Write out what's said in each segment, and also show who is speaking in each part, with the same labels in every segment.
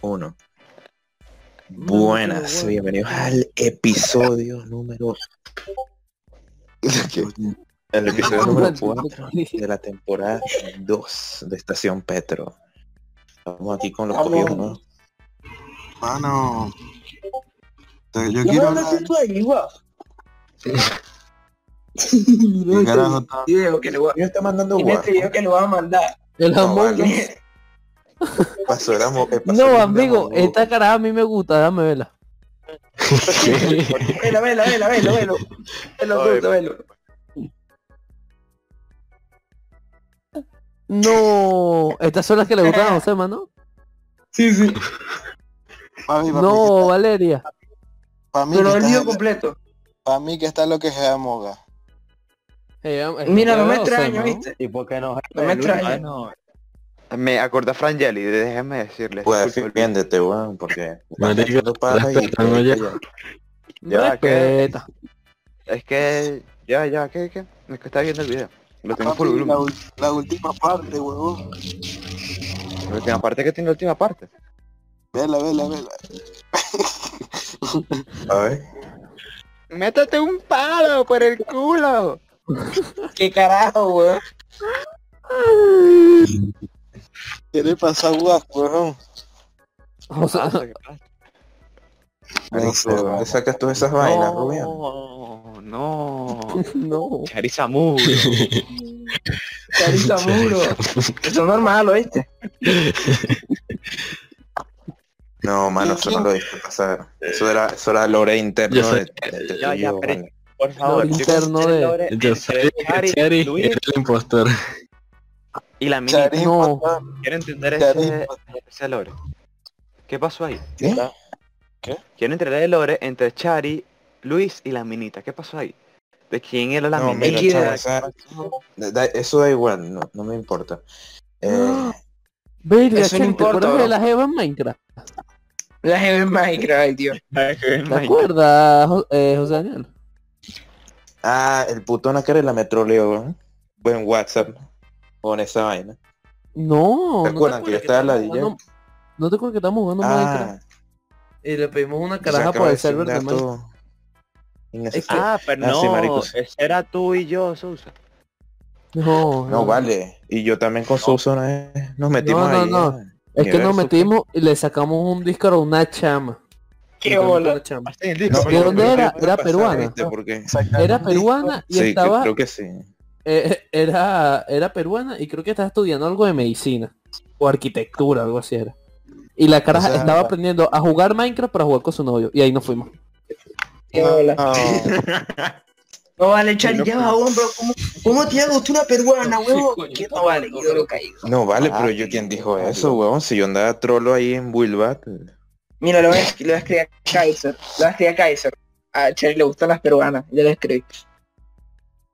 Speaker 1: 1. Buenas,
Speaker 2: bueno.
Speaker 1: bienvenidos al episodio número... El episodio número 4 de la temporada 2 de Estación Petro. Estamos aquí con los
Speaker 3: Vamos.
Speaker 1: copios, ¿no?
Speaker 2: Mano. te- Yo
Speaker 3: No me
Speaker 2: quiero
Speaker 3: hablas
Speaker 2: hablar.
Speaker 3: de tu ahí, guau.
Speaker 2: ¿Qué carajo está?
Speaker 3: Video que le voy a-
Speaker 1: ¿Quién está mandando
Speaker 3: en este video
Speaker 1: WhatsApp?
Speaker 3: que le voy a mandar.
Speaker 4: El
Speaker 1: No,
Speaker 4: Among
Speaker 1: vale.
Speaker 4: Us.
Speaker 1: Pasó el amo- eh, pasó el
Speaker 4: No, amigo, eh,
Speaker 1: amo-
Speaker 4: esta caraja a mí me gusta, dame vela.
Speaker 3: Vela, vela, vela, vela, velo. Velo,
Speaker 1: Oye.
Speaker 3: velo, velo.
Speaker 4: No, estas son las que le gustan a José, mano.
Speaker 3: Sí, sí.
Speaker 2: Papi, papi, que-
Speaker 4: No, Valeria.
Speaker 2: pa' mí,
Speaker 3: Pero
Speaker 2: que
Speaker 3: el
Speaker 2: está,
Speaker 3: video completo.
Speaker 2: pa' mí que está lo que se amoga.
Speaker 4: Eh, eh,
Speaker 3: Mira, no me
Speaker 4: eh, José,
Speaker 3: extraño,
Speaker 4: mano.
Speaker 3: ¿viste?
Speaker 5: ¿Y por qué no?
Speaker 3: No me extraña.
Speaker 5: Bueno,
Speaker 6: Me acordé a Frangeli, déjeme decirles.
Speaker 1: Pues
Speaker 6: disculpen.
Speaker 1: defiéndete, weón, porque...
Speaker 7: Marica,
Speaker 1: haciendo paja y-
Speaker 7: respeta, no llega.
Speaker 6: Ya,
Speaker 4: Respeta.
Speaker 6: Es que... Ya, ya, ¿qué, qué? Es que estaba viendo el video. Lo tengo
Speaker 2: Papi,
Speaker 6: por
Speaker 2: la,
Speaker 6: volumen.
Speaker 2: ul- la última parte, huevón.
Speaker 6: La última parte que tiene la última parte.
Speaker 2: Vela, vela, vela.
Speaker 1: A ver.
Speaker 6: ¡Métete un palo por el culo!
Speaker 3: Qué carajo, weón.
Speaker 2: Quiere pasar guas, huevón.
Speaker 4: José-
Speaker 6: Pasa, ¿qué pasa?
Speaker 1: Marico,
Speaker 2: No sé,
Speaker 1: ¿dónde
Speaker 2: weón.
Speaker 1: sacas todas esas vainas, Rubén?
Speaker 6: No,
Speaker 3: Ah,
Speaker 6: no.
Speaker 4: no.
Speaker 6: Charizamuro.
Speaker 3: Carita muro. Eso es normal, ¿oíste?
Speaker 1: No, mano, eso no lo dije pasar. Eso era, eso era lore interno
Speaker 7: Yo sé.
Speaker 1: de- de- de
Speaker 6: Ya,
Speaker 1: tu
Speaker 6: ya,
Speaker 1: video,
Speaker 6: pero-
Speaker 1: vale.
Speaker 6: Por favor,
Speaker 4: Lo
Speaker 6: chicos,
Speaker 4: interno de-
Speaker 6: Laura,
Speaker 7: Yo
Speaker 6: entre
Speaker 7: sabía
Speaker 6: Chari,
Speaker 7: que Chari
Speaker 6: Luis
Speaker 7: era el impostor.
Speaker 6: y la mini.
Speaker 2: Charín,
Speaker 4: No.
Speaker 2: papá,
Speaker 6: Quiero entender
Speaker 2: Charín,
Speaker 6: ese,
Speaker 2: papá.
Speaker 6: ese lore. ¿Qué pasó ahí?
Speaker 1: ¿Qué?
Speaker 6: Quiero entender el lore entre Chari, Luis y la minita. ¿Qué pasó ahí? ¿De quién era la
Speaker 1: No, mira,
Speaker 6: minita?
Speaker 1: chamo, o sea, da- da- eso da igual, no, no me importa. Eh,
Speaker 4: Verga,
Speaker 3: Eso no
Speaker 4: Chari, ¿te
Speaker 3: importa,
Speaker 4: acuerdas de
Speaker 3: bro.
Speaker 4: la Jeva en Minecraft?
Speaker 3: La gente en Minecraft, tío.
Speaker 4: ¿Te acuerdas, Jo- eh, José Daniel?
Speaker 1: ah, el putón acá era la metroleo, ¿eh? Buen WhatsApp. Con esa vaina.
Speaker 4: No.
Speaker 1: ¿Te acuerdas que yo estaba
Speaker 4: estábamos
Speaker 1: ladillado?
Speaker 4: jugando- No te acuerdas que estábamos jugando Minecraft.
Speaker 1: Ah,
Speaker 4: Y le pedimos una
Speaker 1: se
Speaker 4: caraja
Speaker 1: acaba
Speaker 4: por
Speaker 1: de
Speaker 4: el
Speaker 1: decir
Speaker 4: server
Speaker 1: un
Speaker 4: de Minecraft.
Speaker 1: dato innecesario.
Speaker 6: Ah, pero
Speaker 1: Ah,
Speaker 6: no,
Speaker 1: sí, marico, sí.
Speaker 6: ese era tú y yo, Sousa.
Speaker 4: No,
Speaker 1: No, vale. Y yo también con Sousa una vez nos metimos
Speaker 4: No, no,
Speaker 1: ahí.
Speaker 4: no.
Speaker 1: ¿eh?
Speaker 4: Es que nos
Speaker 1: Universo,
Speaker 4: metimos y le sacamos un disco a una chama.
Speaker 3: Qué
Speaker 4: Literalmente
Speaker 3: bola.
Speaker 4: una chama.
Speaker 1: No, pero
Speaker 4: dónde
Speaker 1: creo que
Speaker 4: era?
Speaker 1: puede
Speaker 4: Era
Speaker 1: pasar,
Speaker 4: peruana.
Speaker 1: ¿viste? Porque-
Speaker 2: sacar
Speaker 4: Era
Speaker 2: un
Speaker 4: peruana y
Speaker 1: Sí, que-
Speaker 4: estaba
Speaker 1: creo que sí.
Speaker 4: eh, era era peruana y creo que estaba estudiando algo de medicina o arquitectura, algo así era. Y la caraja
Speaker 1: sea,
Speaker 4: estaba aprendiendo a jugar Minecraft para jugar con su novio y ahí nos fuimos.
Speaker 3: Qué bola.
Speaker 2: disco.
Speaker 3: No vale, Charlie, ya va, hombre. ¿Cómo, ¿Cómo te hago tú una peruana, huevo? ¿Qué no vale? Yo lo caído.
Speaker 1: No, vale, pero yo quien dijo eso, weón. Si yo andaba trolo ahí en Wilbat.
Speaker 3: Mira, lo voy a, lo voy a escribir a Kaiser. Lo voy a escribir a Kaiser. A Charlie le gustan las peruanas. Ya lo escribí.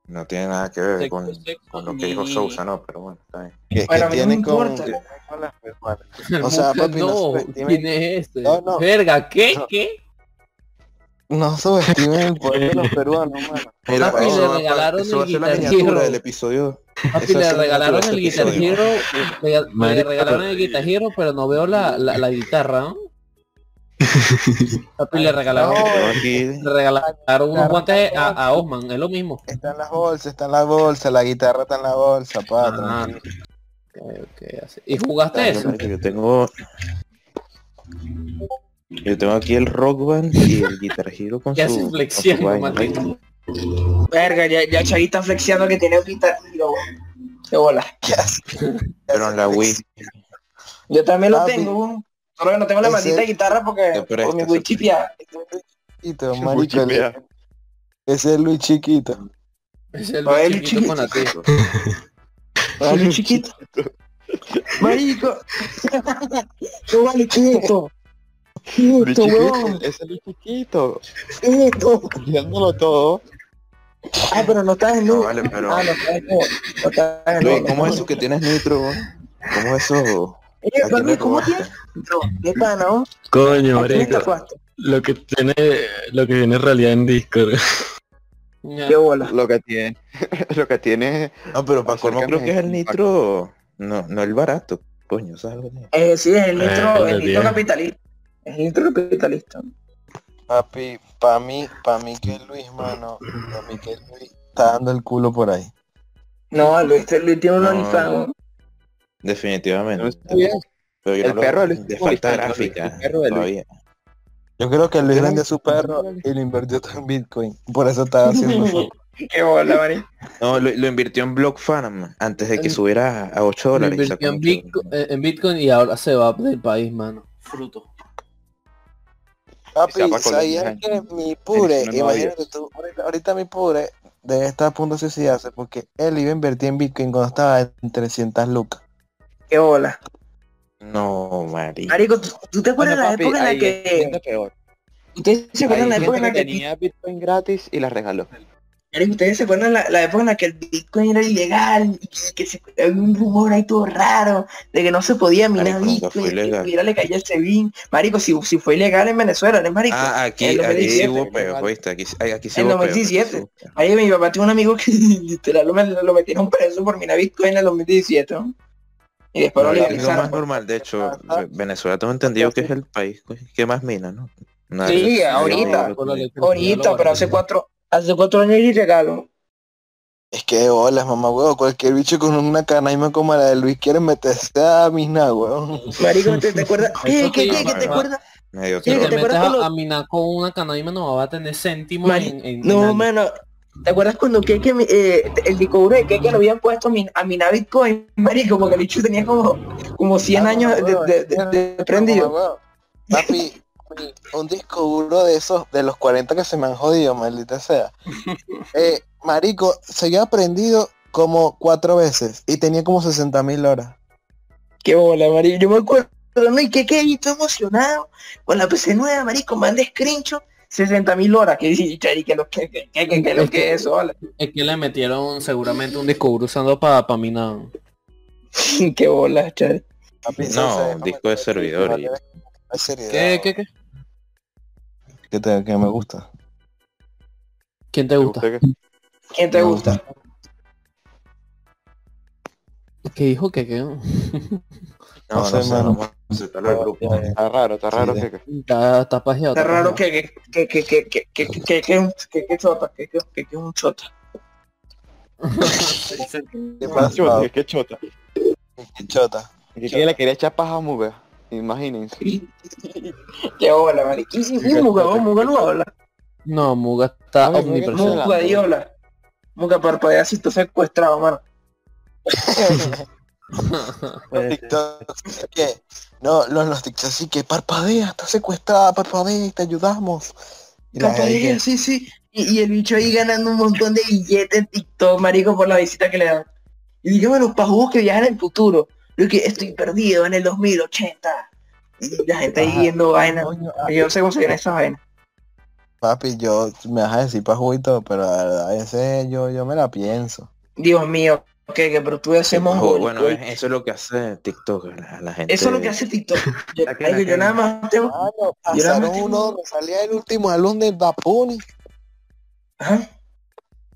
Speaker 1: No tiene nada que ver con, con lo que dijo Sousa, no, pero bueno, está bien.
Speaker 2: Que, que
Speaker 3: Bueno, a mí no me
Speaker 2: tiene con...
Speaker 3: importa.
Speaker 2: con las peruanas. O sea, papi, no subestimen,
Speaker 4: es este?
Speaker 2: No, no.
Speaker 4: Verga, ¿qué?
Speaker 2: No.
Speaker 4: ¿Qué?
Speaker 2: no subestimen el poder de los peruanos, mano.
Speaker 1: Mira,
Speaker 4: Papi,
Speaker 1: eso
Speaker 4: Ah, le
Speaker 1: va a-
Speaker 4: regalaron
Speaker 1: pues, eso va a
Speaker 4: el
Speaker 1: ser la
Speaker 4: Guitar
Speaker 1: miniatura
Speaker 4: Hero.
Speaker 1: del episodio.
Speaker 4: Papi,
Speaker 1: Eso
Speaker 4: le
Speaker 1: sí me
Speaker 4: regalaron
Speaker 1: acuerdo
Speaker 4: el
Speaker 1: de este
Speaker 4: Guitar
Speaker 1: episodio.
Speaker 4: Hero, le, le
Speaker 7: Marica,
Speaker 4: regalaron el Guitar Hero, pero no veo la, la, la guitarra, ¿no? Papi, le regalaron,
Speaker 1: Yo aquí-
Speaker 4: le regalaron unos guantes a, a Osman, es lo mismo.
Speaker 2: Están las bolsas, están las bolsas, la guitarra está en la bolsa, pa,
Speaker 4: Ah,
Speaker 2: tranquilo.
Speaker 4: ok, ok, así. ¿Y jugaste Ah, eso?
Speaker 1: Yo tengo. Yo tengo aquí el rock band y el Guitar Hero con
Speaker 4: ¿Qué
Speaker 1: su,
Speaker 4: haces
Speaker 1: con
Speaker 4: flexión,
Speaker 1: su vaina.
Speaker 4: maldito?
Speaker 3: Verga, ya, ya Charlie está flexiando que tiene un guitarrillo, weón. Qué bola.
Speaker 1: Pero en la Wii.
Speaker 3: Yo también lo
Speaker 2: Papi.
Speaker 3: tengo, weón. Solo que no tengo la
Speaker 2: Ese-
Speaker 3: maldita guitarra porque
Speaker 1: Te
Speaker 3: por mi
Speaker 1: prestas,
Speaker 3: Wii
Speaker 1: se-
Speaker 3: chipia.
Speaker 2: Chiquito, marico, el- Ese es Luis chiquito.
Speaker 4: Es el
Speaker 3: Ay,
Speaker 4: chiquito
Speaker 3: chiquito.
Speaker 4: con la tía.
Speaker 3: Vale, chiquito. Marico. Yo vale, chiquito. Chiquito, weón.
Speaker 6: Ese es el chiquito.
Speaker 3: Chiquito.
Speaker 6: Viéndolo todo.
Speaker 3: Ah, pero no estás en
Speaker 1: No,
Speaker 3: luz.
Speaker 1: vale, pero.
Speaker 3: Ah, no estás en luz. No estás en
Speaker 1: Luis,
Speaker 3: luz.
Speaker 1: ¿cómo es eso que tienes nitro? weón? ¿Cómo es eso?
Speaker 3: Eh,
Speaker 1: ¿A quién
Speaker 3: papi,
Speaker 1: le
Speaker 3: ¿cómo
Speaker 1: robaste?
Speaker 3: tienes? No, ¿Qué pana, no?
Speaker 7: Coño,
Speaker 3: ¿A quién
Speaker 7: marico.
Speaker 3: tapaste?
Speaker 7: Lo que tiene, lo que tiene en realidad en Discord.
Speaker 3: Qué bola.
Speaker 6: Lo que tiene. Lo que tiene.
Speaker 1: No, pero para colmo
Speaker 6: Acércame
Speaker 1: creo que es el
Speaker 6: el
Speaker 1: nitro. No, no el barato. Coño, ¿sabes lo que es?
Speaker 3: Eh, sí, es el nitro,
Speaker 7: Eh,
Speaker 3: el nitro
Speaker 7: bien.
Speaker 3: capitalista. Es el nitro capitalista.
Speaker 2: Papi, pa' mí, pa' mí que Luis, mano, pa' mí que Luis está dando el culo por ahí.
Speaker 3: No, Luis, este Luis tiene un
Speaker 1: No.
Speaker 3: OnlyFans. weón.
Speaker 1: Definitivamente.
Speaker 6: No está bien.
Speaker 1: Pero yo
Speaker 6: El
Speaker 1: no lo-
Speaker 6: perro de Luis
Speaker 1: De
Speaker 6: Público,
Speaker 1: falta
Speaker 6: el- el
Speaker 1: gráfica.
Speaker 6: perro de Luis.
Speaker 1: todavía.
Speaker 2: Yo creo que Luis vendió su perro y lo invirtió todo en Bitcoin. Por eso estaba haciendo eso.
Speaker 3: Qué bola, Mari.
Speaker 1: No, lo, lo invirtió en Block Farm antes de que
Speaker 4: En-
Speaker 1: subiera a 8
Speaker 4: Lo
Speaker 1: dólares.
Speaker 4: invirtió en, Bitco- eh, en Bitcoin y ahora se va del país, mano. Fruto.
Speaker 6: Y se va
Speaker 2: Papi,
Speaker 6: pa'
Speaker 2: ¿sabías
Speaker 6: Colombia.
Speaker 2: que mi pure,
Speaker 6: Eres una novia.
Speaker 2: imagínate tú, ahorita- ahorita mi pure debe estar a punto de suicidarse porque él iba a invertir en Bitcoin cuando estaba en 300 lucas.
Speaker 3: Qué bola.
Speaker 1: No, marico.
Speaker 3: Marico, ¿tú, tú te acuerdas la
Speaker 6: papi,
Speaker 3: época en la
Speaker 6: ahí hay gente
Speaker 3: que...
Speaker 6: peor.
Speaker 3: ¿Ustedes se
Speaker 6: Hay
Speaker 3: acuerdan la época
Speaker 6: gente
Speaker 3: en la
Speaker 6: que
Speaker 3: que...
Speaker 6: tenía Bitcoin gratis y la regaló.
Speaker 3: Marico, ¿Ustedes se acuerdan la, la época en la que el Bitcoin era ilegal? Y que, que se, había un rumor ahí todo raro de que no se podía minar
Speaker 1: Marico, nunca fue
Speaker 3: Bitcoin.
Speaker 1: ilegal.
Speaker 3: Que pudiera le caía ese bin. Marico, si, si fue ilegal en Venezuela, ¿no es marico?
Speaker 1: Ah,
Speaker 3: en
Speaker 1: aquí,
Speaker 3: el
Speaker 1: aquí sí
Speaker 3: 97,
Speaker 1: hubo
Speaker 6: qué
Speaker 1: peo,
Speaker 6: mal.
Speaker 1: ¿viste? Aquí, sí- ay, aquí sí
Speaker 3: En
Speaker 1: hubo peo.
Speaker 3: 97.
Speaker 1: aquí sí hubo peo.
Speaker 3: Ahí mi papá tiene un amigo que literal lo, met- lo metieron preso por minar Bitcoin en el 2017. ¿no? Y después
Speaker 1: No,
Speaker 3: lo
Speaker 1: es lo más
Speaker 3: legalizaron.
Speaker 1: normal, de hecho,
Speaker 2: Ah,
Speaker 1: Venezuela tengo entendido que es el país que más mina, ¿no? Una-
Speaker 3: Sí,
Speaker 1: una-
Speaker 3: ahorita.
Speaker 1: una-
Speaker 4: pues
Speaker 3: Ahorita, pero hace cuatro, hace cuatro años y regalo.
Speaker 2: Es que hola, mamá, huevo, cualquier bicho con una canaima como la de Luis quiere meterse a Misna, huevón.
Speaker 3: Marico, ¿te, te acuerdas? Eh, que, que, que te acuerdas.
Speaker 1: Medio
Speaker 3: Sí,
Speaker 4: Si
Speaker 3: que
Speaker 1: troll.
Speaker 4: te
Speaker 3: te acuerdas
Speaker 4: metes a,
Speaker 3: cuando-
Speaker 4: a minar con una canaima no va a tener céntimo
Speaker 3: Mari-
Speaker 4: en, en- en
Speaker 3: No,
Speaker 4: algo.
Speaker 3: mano. ¿Te acuerdas cuando que, que, eh, el disco de que, que lo habían puesto a min- a minar Bitcoin? Marico, porque el bicho tenía como, como 100
Speaker 2: Claro,
Speaker 3: años de,
Speaker 2: huevón,
Speaker 3: de, de- de prendido.
Speaker 2: Mamá, huevón. Papi, un disco duro de esos, de los 40 que se me han jodido, maldita sea. Eh, marico, se había aprendido como cuatro veces y tenía como 60 mil horas.
Speaker 3: Qué bola, marico. Yo me acuerdo, ¿no? Y que que y todo emocionado. Con la PC nueva, marico, manda screenshot. 60 mil horas, que sí, chari, que lo que, que, que, que, que lo que es eso, hola.
Speaker 4: Es que le metieron seguramente un disco duro usando para pa minar.
Speaker 3: Qué bola, chari.
Speaker 2: Papi,
Speaker 1: No,
Speaker 2: se- se-
Speaker 1: un disco de servidor y-
Speaker 2: De servidor.
Speaker 4: ¿Qué, qué, qué?
Speaker 2: Que, te- que me gusta.
Speaker 4: ¿Quién te gusta?
Speaker 3: ¿Quién te
Speaker 2: Me
Speaker 3: gusta?
Speaker 4: ¿Qué dijo que qué?
Speaker 1: No, no
Speaker 2: No sé,
Speaker 1: sé,
Speaker 2: mano.
Speaker 1: vamos a aceptarlo al grupo.
Speaker 6: Está raro, está raro.
Speaker 2: Sí,
Speaker 6: que-
Speaker 4: Está, está pajeado.
Speaker 3: Está raro
Speaker 4: pajeado.
Speaker 3: que que que que que que que que que un- que que chota, que que que que un chota.
Speaker 6: Pues,
Speaker 2: ¿Qué
Speaker 6: que-
Speaker 2: pasa, papi?
Speaker 6: Qué chota.
Speaker 2: Qué chota.
Speaker 6: Y que le quería echar paja a Muga. Imagínense.
Speaker 3: Qué hola, marico. Y, y, y Muga, oh, Muga no habla.
Speaker 4: No, Muga está
Speaker 6: Oye, Muga,
Speaker 4: omnipresente.
Speaker 6: no.
Speaker 3: Muga y habla. Muga parpadea si está secuestrado, mano.
Speaker 2: Los TikToks, ¿qué? No, los, los TikToks sí que parpadea, está secuestrada, parpadea y te ayudamos. Y la gente-
Speaker 3: Parpadea, sí, sí. Y, y el bicho ahí ganando un montón de billetes en TikTok, marico, por la visita que le dan. Y dígame los pajugos que viajan al futuro. Yo que estoy perdido en el 2080. Y la gente ahí
Speaker 2: Ajá.
Speaker 3: viendo vainas.
Speaker 2: Coño,
Speaker 3: Yo no sé cómo se vienen esas vainas.
Speaker 2: Papi, yo me vas a decir pa' juguito, pero la verdad, a veces yo, yo me la pienso.
Speaker 3: Dios mío, que, que pero tú hacemos
Speaker 1: Ojo, Ah, bueno, es- eso es lo que hace TikTok a la- a la gente.
Speaker 3: Eso es lo que hace TikTok. Yo,
Speaker 6: Aquí,
Speaker 3: ay, yo
Speaker 6: aquí.
Speaker 3: nada más tengo.
Speaker 2: Claro,
Speaker 3: Yo era
Speaker 2: pasaron
Speaker 3: muy-
Speaker 2: uno donde salía el último álbum de Dapuni.
Speaker 3: Ajá.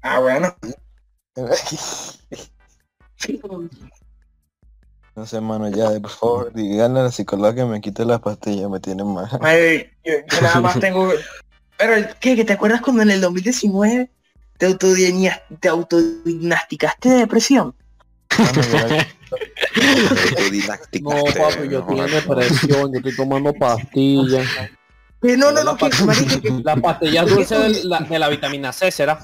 Speaker 3: Ah, bueno.
Speaker 2: No sé, mano, ya, de- por favor, díganle a la psicóloga que me quite las pastillas, me tienen mal.
Speaker 3: Ay, yo, yo nada más tengo. Pero el- ¿qué? ¿Que te acuerdas cuando en el 2019 te autodiagnia- te autodiagnosticaste de depresión?
Speaker 2: Mano, yo la-
Speaker 1: Autodidáctica,
Speaker 4: No, papi,
Speaker 1: este,
Speaker 4: yo
Speaker 1: no,
Speaker 4: tengo
Speaker 1: no.
Speaker 4: depresión, yo estoy tomando pastillas.
Speaker 3: Que no, no,
Speaker 4: La
Speaker 3: no, que,
Speaker 4: pastilla-
Speaker 3: marico, que,
Speaker 4: La pastilla dulce de la, de la vitamina C será.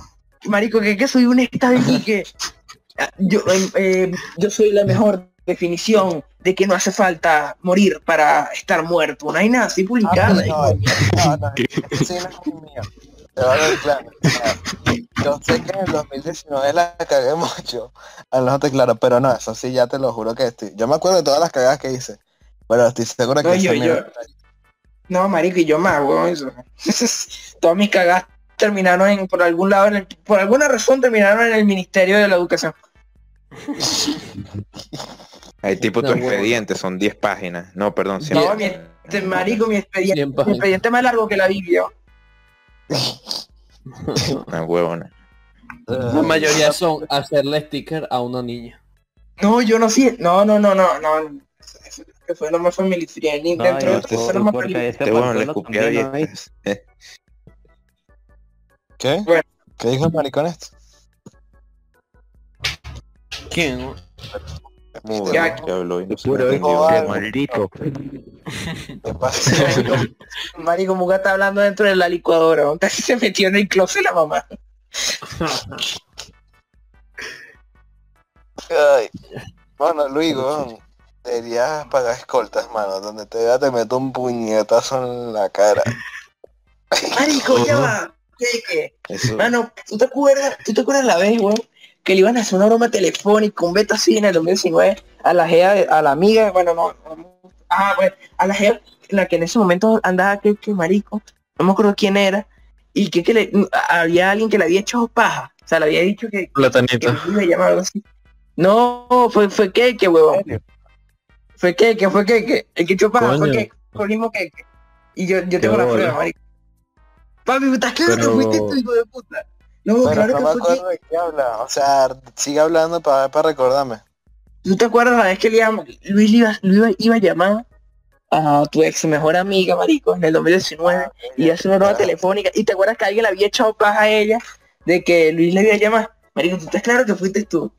Speaker 3: marico, que, que soy un estabil y que ah, yo, em, eh, yo soy la mejor definición de que no hace falta morir para estar muerto. Una vaina así publicada.
Speaker 2: Ah, no, no, no, sí, no es muy mío. Te voy a dar claro. Yo sé que en el 2019 la cagué mucho. A lo te claro, pero no, eso sí ya te lo juro que estoy. Yo me acuerdo de todas las cagadas que hice. Pero estoy seguro que
Speaker 3: No,
Speaker 2: esa
Speaker 3: yo- yo-
Speaker 2: mierda-
Speaker 3: No, marico, y yo más, weón, eso. Todas mis cagadas terminaron en, por algún lado, en el- por alguna razón terminaron en el Ministerio de la Educación.
Speaker 1: Hay tipo tu
Speaker 4: No, huevo.
Speaker 1: expediente, son 10 páginas. No, perdón,
Speaker 4: No,
Speaker 1: cien
Speaker 3: No, mi,
Speaker 1: páginas.
Speaker 3: este, marico, mi expediente,
Speaker 4: Cien páginas.
Speaker 3: mi expediente más largo que la Biblia.
Speaker 1: Una huevona.
Speaker 4: La mayoría son hacerle sticker a una niña.
Speaker 3: No, yo no sí, no, no, no, no, no. que fue lo más family friendly.
Speaker 5: No,
Speaker 3: dentro
Speaker 5: y
Speaker 3: de
Speaker 5: el
Speaker 3: todo, fue
Speaker 5: por-
Speaker 3: lo más
Speaker 5: porque
Speaker 3: family
Speaker 5: este
Speaker 1: Este bueno
Speaker 5: pasó
Speaker 1: le
Speaker 5: lo
Speaker 1: escupí a
Speaker 5: también, ¿no?
Speaker 1: viejas.
Speaker 2: ¿Qué?
Speaker 3: Bueno.
Speaker 2: ¿Qué dijo el maricón esto?
Speaker 4: ¿Quién?
Speaker 1: Muy bueno,
Speaker 3: Ya.
Speaker 1: que habló y no se
Speaker 5: Puro
Speaker 1: le entendió. Este
Speaker 2: hijo de-
Speaker 1: Mal-
Speaker 5: Maldito.
Speaker 2: ¿Qué pasa?
Speaker 3: Marico Muga está hablando dentro de la licuadora. ¿no? Casi se metió en el closet la mamá.
Speaker 2: Ay. Bueno, Luis, weón, deberías pagar escoltas, mano. Donde te vea te meto un puñetazo en la cara.
Speaker 3: Marico, ya va. ¿Qué, qué?
Speaker 1: Eso,
Speaker 3: Mano, ¿tú te acuerdas, tú te acuerdas la vez, weón? Que le iban a hacer una broma telefónica, un beta así en el 2019 a la gea, de- a la amiga, bueno, no. no- Ah, bueno, a la gea, la que en ese momento andaba, que, que marico, no me acuerdo quién era, y que, que le, había alguien que le había hecho paja. O sea, le había dicho que, que
Speaker 7: Platanita.
Speaker 3: me llamaba algo así. No, fue, fue que, que, huevón. Fue que, que, fue que, que. El que echó paja fue
Speaker 7: Coño.
Speaker 3: que, fue el mismo que, que. Y yo, yo tengo la
Speaker 7: bola.
Speaker 3: prueba, marico. Papi, ¿estás claro
Speaker 7: Pero-
Speaker 3: que fuiste tú, hijo de puta? No,
Speaker 2: Pero
Speaker 3: claro
Speaker 2: no
Speaker 3: que
Speaker 2: me
Speaker 3: fue que.
Speaker 2: acuerdo de qué habla. O sea, sigue hablando para recordarme.
Speaker 3: ¿Tú te acuerdas la vez que le llam- Luis le iba, Luis iba, iba a llamar a tu ex mejor amiga, marico, en el 2019?
Speaker 2: Ah,
Speaker 3: y hace una broma telefónica. Y te acuerdas que alguien le había echado paja a ella de que Luis le había llamado. Marico, ¿tú estás claro que fuiste tú?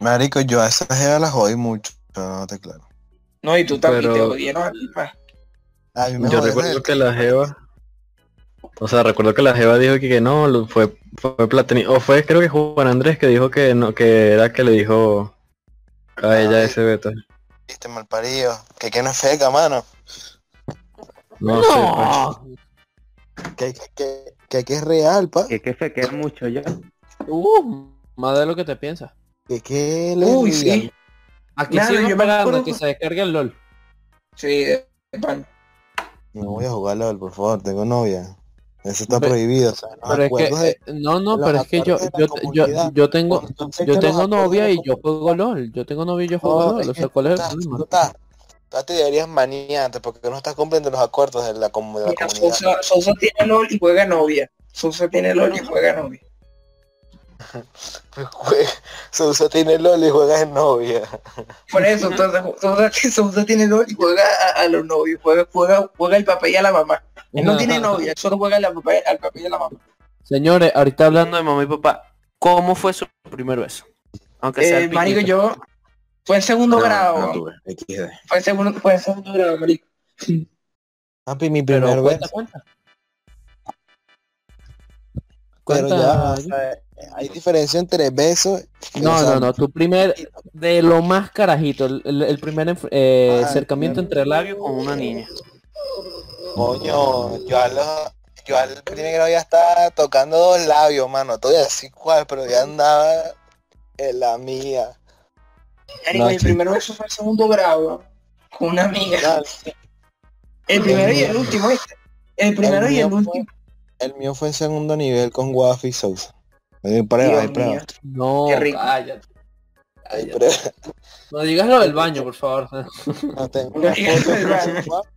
Speaker 2: Marico, yo a esa jeva la jodí mucho. No te claro.
Speaker 3: No, y tú también
Speaker 7: Pero-
Speaker 3: te odiaron al más.
Speaker 2: A mí me
Speaker 7: Yo
Speaker 2: jodieron
Speaker 7: recuerdo
Speaker 2: el-
Speaker 7: que la Jeva. O sea, recuerdo que la Jeva dijo que, que no, lo- fue, fue Platanita. O fue creo que Juan Andrés que dijo que no, que era que le dijo a ella ese beta.
Speaker 2: Viste, mal parido. Que que no es feca, mano.
Speaker 7: No, sé. pues.
Speaker 2: Que, que, que, que es real, pa.
Speaker 5: Que que se queda mucho ya.
Speaker 4: Uh, más de lo que te piensas.
Speaker 2: Que que le
Speaker 3: Uy,
Speaker 2: digan.
Speaker 3: sí.
Speaker 4: Aquí
Speaker 3: Claro,
Speaker 4: siguen
Speaker 3: yo me
Speaker 4: pagando
Speaker 3: acuerdo-
Speaker 4: que se descargue el LOL.
Speaker 3: Sí, de pan.
Speaker 2: No voy a jugar LOL, por favor, tengo novia. Eso está
Speaker 4: Pe-
Speaker 2: prohibido. O sea, los
Speaker 4: Pero es
Speaker 2: acuerdos
Speaker 4: que,
Speaker 2: de-
Speaker 4: eh, no, no,
Speaker 2: los
Speaker 4: pero es que yo,
Speaker 2: acuerdos de
Speaker 4: yo,
Speaker 2: la
Speaker 4: yo,
Speaker 2: comunidad.
Speaker 4: yo tengo,
Speaker 2: Entonces, que
Speaker 4: yo
Speaker 2: los
Speaker 4: tengo
Speaker 2: acuerdos
Speaker 4: novia
Speaker 2: de
Speaker 4: y
Speaker 2: la
Speaker 4: yo juego LOL. Yo tengo novia y yo juego
Speaker 2: No,
Speaker 4: LOL.
Speaker 2: es
Speaker 4: O
Speaker 2: que
Speaker 4: sea, ¿cuál es el
Speaker 2: estás-
Speaker 4: problema?
Speaker 2: tú estás- tú te deberías maniante porque no estás cumpliendo los acuerdos de la, comu- de la
Speaker 3: Mira,
Speaker 2: comunidad.
Speaker 3: Sosa, Sosa tiene LOL y juega novia. Sosa tiene LOL y juega novia.
Speaker 2: Jue- Sousa tiene LOL y juega en novia.
Speaker 3: Por eso, entonces, Sosa, Sosa tiene LOL y juega a, a los novios. Juega, juega, juega el papá y a la mamá. Él no tiene novia, él solo juega la papá- al papá y a la mamá.
Speaker 4: Señores, ahorita hablando de mamá y papá, ¿cómo fue su primer beso? Aunque sea
Speaker 3: Eh,
Speaker 4: el
Speaker 3: marico,
Speaker 4: piquito.
Speaker 3: yo... Fue en segundo
Speaker 1: no,
Speaker 3: grado.
Speaker 1: no tuve, XD.
Speaker 3: fue, en segundo, fue en segundo grado, marico.
Speaker 2: Papi, mi
Speaker 4: Pero
Speaker 2: primer
Speaker 4: cuenta,
Speaker 2: beso.
Speaker 4: cuenta.
Speaker 2: Pero ya,
Speaker 4: cuenta,
Speaker 2: o sea, hay diferencia entre besos. y- o
Speaker 4: No,
Speaker 2: sea,
Speaker 4: no, no, tu primer, de lo más carajito, el, el- el primer enf- eh,
Speaker 2: Ah,
Speaker 4: acercamiento entre labios con una niña.
Speaker 2: Coño, yo al, yo al primer grado ya estaba tocando dos labios, mano. Todavía así cuál, pero ya andaba en la mía.
Speaker 3: Marico,
Speaker 2: No,
Speaker 3: el
Speaker 2: sí.
Speaker 3: primer beso fue en segundo grado. Con una amiga.
Speaker 2: Ya,
Speaker 3: El primero y el último, ¿viste? El primero y
Speaker 2: mío
Speaker 3: el
Speaker 2: fue-
Speaker 3: último.
Speaker 2: El mío fue en segundo nivel con Waffy y Sousa. Hay prueba,
Speaker 3: Dios
Speaker 2: hay prueba.
Speaker 3: mío.
Speaker 4: No,
Speaker 3: Qué rico.
Speaker 4: cállate.
Speaker 2: Hay
Speaker 4: cállate.
Speaker 2: prueba.
Speaker 4: No digas lo del baño, por favor.
Speaker 2: No, tengo una
Speaker 3: Qué
Speaker 2: foto
Speaker 3: raro.
Speaker 2: donde Waff-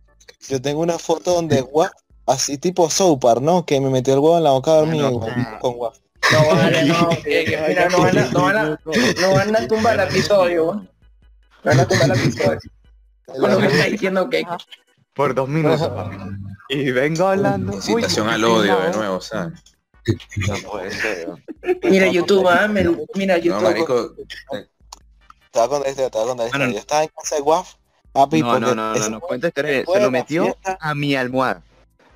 Speaker 2: Yo tengo una foto donde Waff, así tipo Soupar, ¿no? Que me metió el huevo en la
Speaker 6: Ah,
Speaker 2: boca dormido con, con Waff.
Speaker 3: No vale, no, que- que- mira, no van a, no van a, no van a tumbar el episodio, weón. No van a tumbar el episodio.
Speaker 6: Ah.
Speaker 3: Con lo que está diciendo que
Speaker 6: Por dos minutos, papi. Y vengo hablando.
Speaker 1: Incitación
Speaker 6: uy,
Speaker 1: al odio de
Speaker 6: nada.
Speaker 1: nuevo, ¿sabes?
Speaker 6: No puede ser, weón.
Speaker 3: mira YouTube, ah, me- mira
Speaker 1: No,
Speaker 3: YouTube.
Speaker 1: marico,
Speaker 2: Te voy a contar esto, te voy a contar esto.
Speaker 6: Bueno.
Speaker 2: Yo este, estaba en casa de Waff, papi,
Speaker 6: No, no,
Speaker 2: porque
Speaker 6: no, no,
Speaker 2: ese
Speaker 6: no, cuenta historia de-
Speaker 2: Después
Speaker 6: Se
Speaker 2: de
Speaker 6: lo
Speaker 2: la
Speaker 6: metió
Speaker 2: fiesta-
Speaker 6: a mi almohada.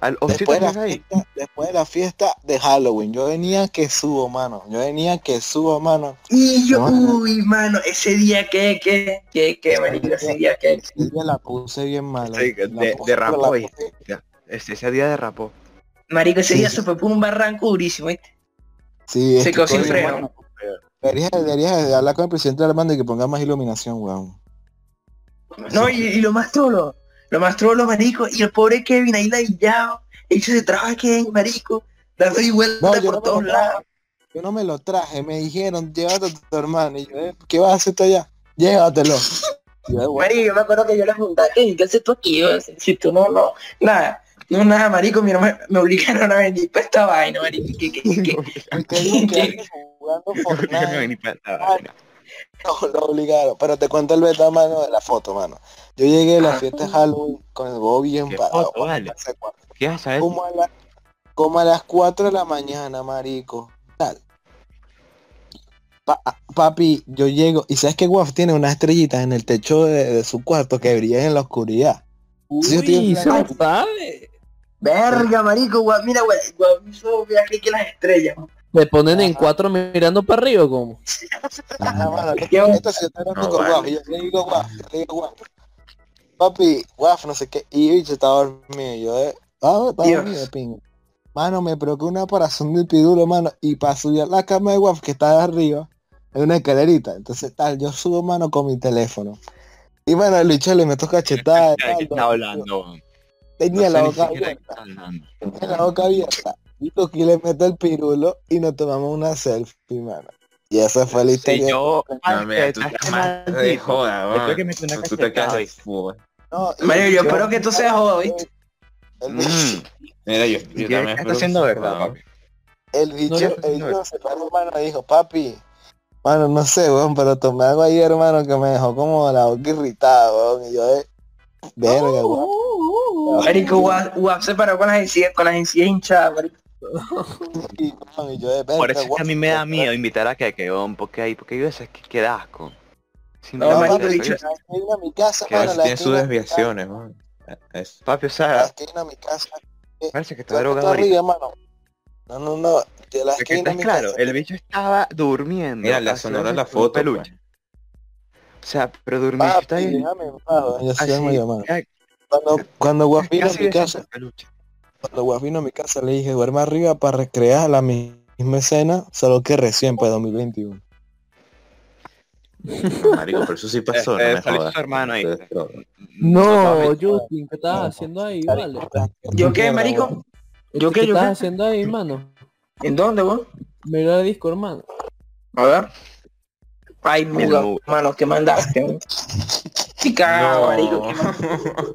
Speaker 6: Al osito
Speaker 2: Después de, la
Speaker 6: que hay ahí.
Speaker 2: fiesta, después de la fiesta de Halloween, yo venía que subo, mano. Yo venía que subo, mano.
Speaker 3: Y yo,
Speaker 2: No.
Speaker 3: uy, mano, ese día que, que, que, que, marico, ese día que.
Speaker 2: Ese día la puse bien mala.
Speaker 6: Sí, que
Speaker 2: La
Speaker 6: de-
Speaker 2: puse,
Speaker 6: derrapó,
Speaker 2: pero la
Speaker 6: ¿viste?
Speaker 2: puse-
Speaker 6: Ese, Este, ese día derrapó.
Speaker 3: Marico, ese
Speaker 2: Sí,
Speaker 3: día
Speaker 2: sí.
Speaker 3: se fue por un barranco durísimo, ¿viste?
Speaker 2: Sí,
Speaker 3: Se
Speaker 2: este,
Speaker 3: quedó sin
Speaker 2: coño,
Speaker 3: freno.
Speaker 2: Deberías, deberías de hablar con el presidente Armando y que ponga más iluminación, weón.
Speaker 3: No, y, y lo más trolo, lo más trolo, marico, y el pobre Kevin ahí ladillado, hecho de trabajo a Kevin, marico, dando y vuelta
Speaker 2: No, yo
Speaker 3: por
Speaker 2: no me
Speaker 3: todos
Speaker 2: lo
Speaker 3: lados.
Speaker 2: Yo no me lo traje, me dijeron, llévate a tu hermano. Y yo, "Eh, ¿qué vas a hacer tú allá? Llévatelo. Y yo, "Eh, "Bueno".
Speaker 3: Marico, yo me acuerdo que yo le preguntaba, Kevin, ¿qué haces tú aquí? Yo, si- Si tú no, no, nada, no nada, marico, mi hermano me obligaron a venir para esta vaina, marico, que, que, que-
Speaker 2: Y te digo que andas jugando
Speaker 6: Porque me
Speaker 2: Fortnite.
Speaker 6: venía para-
Speaker 2: No, lo obligaron. Pero te cuento el beta, mano, de la foto, mano. Yo llegué a la fiesta de Halloween con el bobo bien
Speaker 6: Ah. ¿Qué
Speaker 2: parado.
Speaker 6: foto, vale?
Speaker 2: no sé cuál.
Speaker 6: ¿Qué vas a saber?
Speaker 2: Como a, la- como a las 4 de la mañana, marico. Tal. Pa- papi, yo llego. ¿Y sabes que Waf tiene unas estrellitas en el techo de, de su cuarto que brillan en la oscuridad? Sí, yo estoy en
Speaker 4: Uy, se
Speaker 2: plan-
Speaker 4: lo sabe.
Speaker 3: Verga, marico, guau, mira, guau, guau, hizo viaje que las estrellas.
Speaker 4: Me ponen en cuatro mirando para arriba como.
Speaker 2: Ah, mano,
Speaker 3: ¿Qué onda?
Speaker 2: Entonces yo estaba
Speaker 1: No,
Speaker 2: hablando con
Speaker 1: vale.
Speaker 2: Guaf, y yo le digo Guaf, yo le digo Guaf. Papi, Guaf, no sé qué. Y bicho estaba dormido. y Yo, eh, ah, estaba
Speaker 3: Dios.
Speaker 2: dormido, pingo. Mano, me provoqué una parazón de piduro, mano. Y para subir a la cama de Guaf, que estaba arriba, en una escalerita. Entonces tal, yo subo mano con mi teléfono. Y mano, el bicho le meto cachetada.
Speaker 6: ¿De qué
Speaker 2: tal,
Speaker 6: estás hablando?
Speaker 2: Tenía
Speaker 6: No
Speaker 2: la
Speaker 6: sé ni
Speaker 2: boca
Speaker 6: siquiera de
Speaker 2: abierta
Speaker 6: qué estás hablando.
Speaker 2: la boca abierta. Y Tuki le meto el pirulo y nos tomamos una selfie, mano. Y esa fue la historia.
Speaker 6: Si yo...
Speaker 1: No, mira, tú
Speaker 6: Ay,
Speaker 1: estás
Speaker 6: qué
Speaker 1: más
Speaker 6: este maldito.
Speaker 1: de joda,
Speaker 6: Yo creo que
Speaker 1: weón.
Speaker 6: me metí una
Speaker 1: Tú te
Speaker 6: cachetada,
Speaker 1: quedas de
Speaker 6: ¿viste?
Speaker 1: fuego.
Speaker 2: No, y-
Speaker 3: Mario, yo espero que tú seas joda, ¿viste?
Speaker 2: El
Speaker 6: Mm.
Speaker 2: bicho,
Speaker 1: Mira, yo, yo
Speaker 6: ¿Qué
Speaker 1: también
Speaker 6: estás
Speaker 1: espero-
Speaker 6: haciendo, verdad,
Speaker 1: Weón.
Speaker 6: papi?
Speaker 2: el bicho,
Speaker 4: yo-
Speaker 2: el bicho se paró, mano, y dijo, papi, mano, no sé, weón, pero tomé algo ahí, hermano, que me dejó como la boca irritada, weón. Y yo, eh, verga, weón.
Speaker 3: Marico, guau, guau, se paró con las encías, con las encías hinchadas, marico.
Speaker 2: Y, weón, y yo, eh, verga,
Speaker 6: Por eso es que
Speaker 2: weón.
Speaker 6: a mí me da miedo invitar a Kekeón, porque hay, porque hay veces que queda asco.
Speaker 2: No,
Speaker 6: Simplemente,
Speaker 2: papi,
Speaker 3: marico,
Speaker 6: ¿sabes?
Speaker 3: dicho-
Speaker 2: la esquina a mi casa,
Speaker 6: Que
Speaker 1: Weón,
Speaker 2: mano,
Speaker 6: ahora
Speaker 1: si
Speaker 2: la
Speaker 1: Tiene sus
Speaker 2: esquina, a mi casa,
Speaker 1: desviaciones, weón. Eh, Es-
Speaker 6: Papi, o
Speaker 2: la
Speaker 6: sea,
Speaker 2: esquina a mi casa.
Speaker 6: parece que está
Speaker 2: Yo
Speaker 6: drogado
Speaker 2: está
Speaker 6: ahorita.
Speaker 2: arriba, mano. No, no, no, de la
Speaker 6: Es que
Speaker 2: esquina a
Speaker 6: está
Speaker 2: mi
Speaker 6: claro,
Speaker 2: casa.
Speaker 6: el bicho estaba durmiendo.
Speaker 1: Mira, la
Speaker 6: así
Speaker 1: sonora
Speaker 6: era
Speaker 1: la
Speaker 6: un
Speaker 1: foto. pues.
Speaker 6: peluche. O sea, pero durmiendo
Speaker 2: Papi,
Speaker 6: está bien.
Speaker 2: déjame, mano, yo soy
Speaker 6: Así,
Speaker 2: muy hermano.
Speaker 6: ya,
Speaker 2: Cuando, cuando Guaf vino a
Speaker 6: casi
Speaker 2: mi casa,
Speaker 6: decente el peluche.
Speaker 2: Cuando Guas vino a mi casa le dije, duerme arriba para recrear la misma escena, solo que recién pues, para 2021.
Speaker 1: No, marico, pero eso sí pasó, no
Speaker 6: Eh, eh,
Speaker 1: me
Speaker 6: falleció
Speaker 1: jodas.
Speaker 6: su hermano ahí.
Speaker 1: Entonces, pero-
Speaker 4: No,
Speaker 6: papi.
Speaker 4: Justin, ¿qué estás haciendo ahí, vale?
Speaker 3: ¿Yo qué, marico? ¿Yo
Speaker 4: ¿Qué
Speaker 3: qué, yo
Speaker 4: estás
Speaker 3: qué?
Speaker 4: haciendo ahí, hermano?
Speaker 3: ¿En dónde, weón?
Speaker 4: Mira el disco, hermano.
Speaker 3: A ver. Ay, mi
Speaker 6: No.
Speaker 3: mano, que mandaste. weón? Sí, cagado, marico. que man-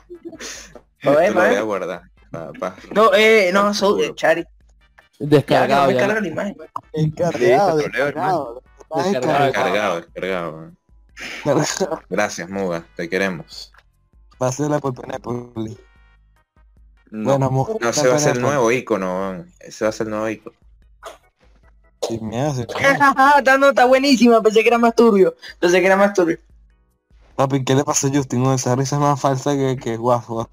Speaker 3: A
Speaker 1: Te
Speaker 3: ver,
Speaker 1: lo
Speaker 3: a
Speaker 1: voy a
Speaker 3: ver.
Speaker 1: guardar. pa- pa-
Speaker 3: No, eh, no, soy
Speaker 1: Seguro.
Speaker 3: Chari. Ya, que no
Speaker 4: Descargado
Speaker 3: me
Speaker 4: ya.
Speaker 3: carga la imagen. weón.
Speaker 2: Encargado,
Speaker 6: Sí, te troleo,
Speaker 2: descargado. Estás
Speaker 4: Descargado.
Speaker 2: descargado.
Speaker 1: Cargado, cargado. Gracias, Muga, te queremos.
Speaker 2: Va a ser la por Penépolis.
Speaker 6: No.
Speaker 2: Bueno, amor.
Speaker 1: No, ese va a ser el nuevo icono, weón. Ese va a ser el nuevo icono.
Speaker 2: Sí, me hace.
Speaker 3: Está, no, está Ah, buenísima, pensé que era más turbio. Pensé que era más turbio.
Speaker 2: Papi, ¿qué le pasó a Justin? No, esa risa es más falsa que, que guapo.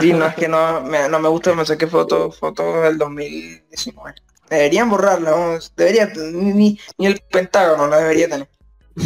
Speaker 3: Sí, no, es que no me, no me gusta, me saqué fotos foto del 2019. Deberían borrarla, vamos, debería, ni, ni- ni el Pentágono la debería tener.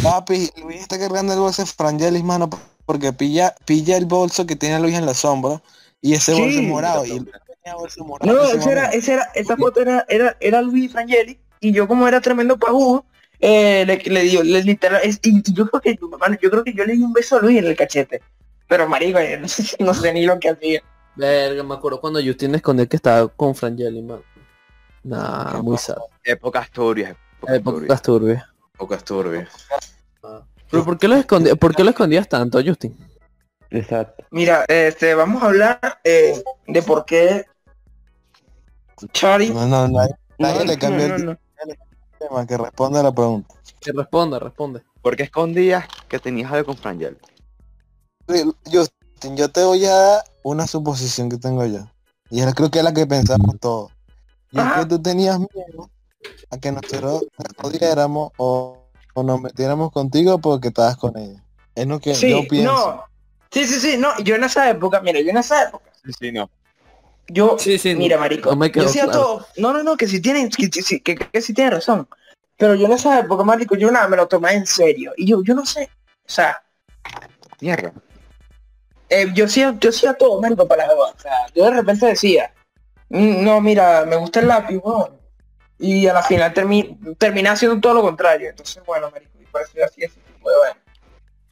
Speaker 2: Papi, Luis está cargando el bolso de Frangelis, mano, porque pilla, pilla el bolso que tiene Luis en la sombra. Y ese
Speaker 3: Sí.
Speaker 2: bolso es morado. Y Luis tenía bolso morado.
Speaker 3: No,
Speaker 2: en ese
Speaker 3: esa era,
Speaker 2: momento.
Speaker 3: esa era, esa foto era, era, era Luis Frangeli y yo como era tremendo pajudo, eh, le, le dio, le literal, es- y y yo creo que mano, yo creo que yo le di un beso a Luis en el cachete. Pero marico, yo no sé, no sé ni lo que hacía.
Speaker 4: Verga, me acuerdo cuando Justin esconde que estaba con Frangeli, man. Nah, muy sad.
Speaker 6: Épocas turbias.
Speaker 4: Ah,
Speaker 6: épocas turbias.
Speaker 4: Épocas turbias.
Speaker 1: Pocas turbias.
Speaker 4: Pero ¿por qué lo escondías, por qué lo escondías tanto, Justin?
Speaker 7: Exacto.
Speaker 3: Mira, este, vamos a hablar eh, de por qué Chari.
Speaker 2: No, no, nadie, nadie le cambió
Speaker 3: no,
Speaker 2: el
Speaker 3: no.
Speaker 2: tema que responde a la pregunta.
Speaker 4: Que responda, responde.
Speaker 6: Porque escondías que tenías algo con Frangel.
Speaker 2: Sí, Justin, yo te voy a dar una suposición que tengo yo. Y yo creo que es la que pensamos todos. Y es
Speaker 3: Ajá.
Speaker 2: que tú tenías miedo a que nosotros nos jodiéramos o, o nos metiéramos contigo porque estabas con ella. Es lo que
Speaker 3: Sí,
Speaker 2: yo pienso.
Speaker 3: no. Sí, sí, sí, no, yo en esa época, mira, yo en esa época,
Speaker 6: Sí, sí, no.
Speaker 3: yo
Speaker 4: Sí, sí,
Speaker 3: Mira, marico,
Speaker 4: no me quedó
Speaker 3: yo hacía
Speaker 4: claro.
Speaker 3: todo- No, no, no, que si tienen, que, que, si- que, que si tienen razón. Pero yo en esa época, marico, yo nada me lo tomé en serio. Y yo, yo no sé. O sea,
Speaker 6: Mierda.
Speaker 3: eh, yo hacía, yo hacía todo, marico, para la joda. O sea, yo de repente decía, "Mm, no, mira, me gusta el lápiz, weón. Y a la final termi terminé haciendo todo lo contrario. Entonces, bueno, marico, y por eso yo hacía ese tipo de vaina.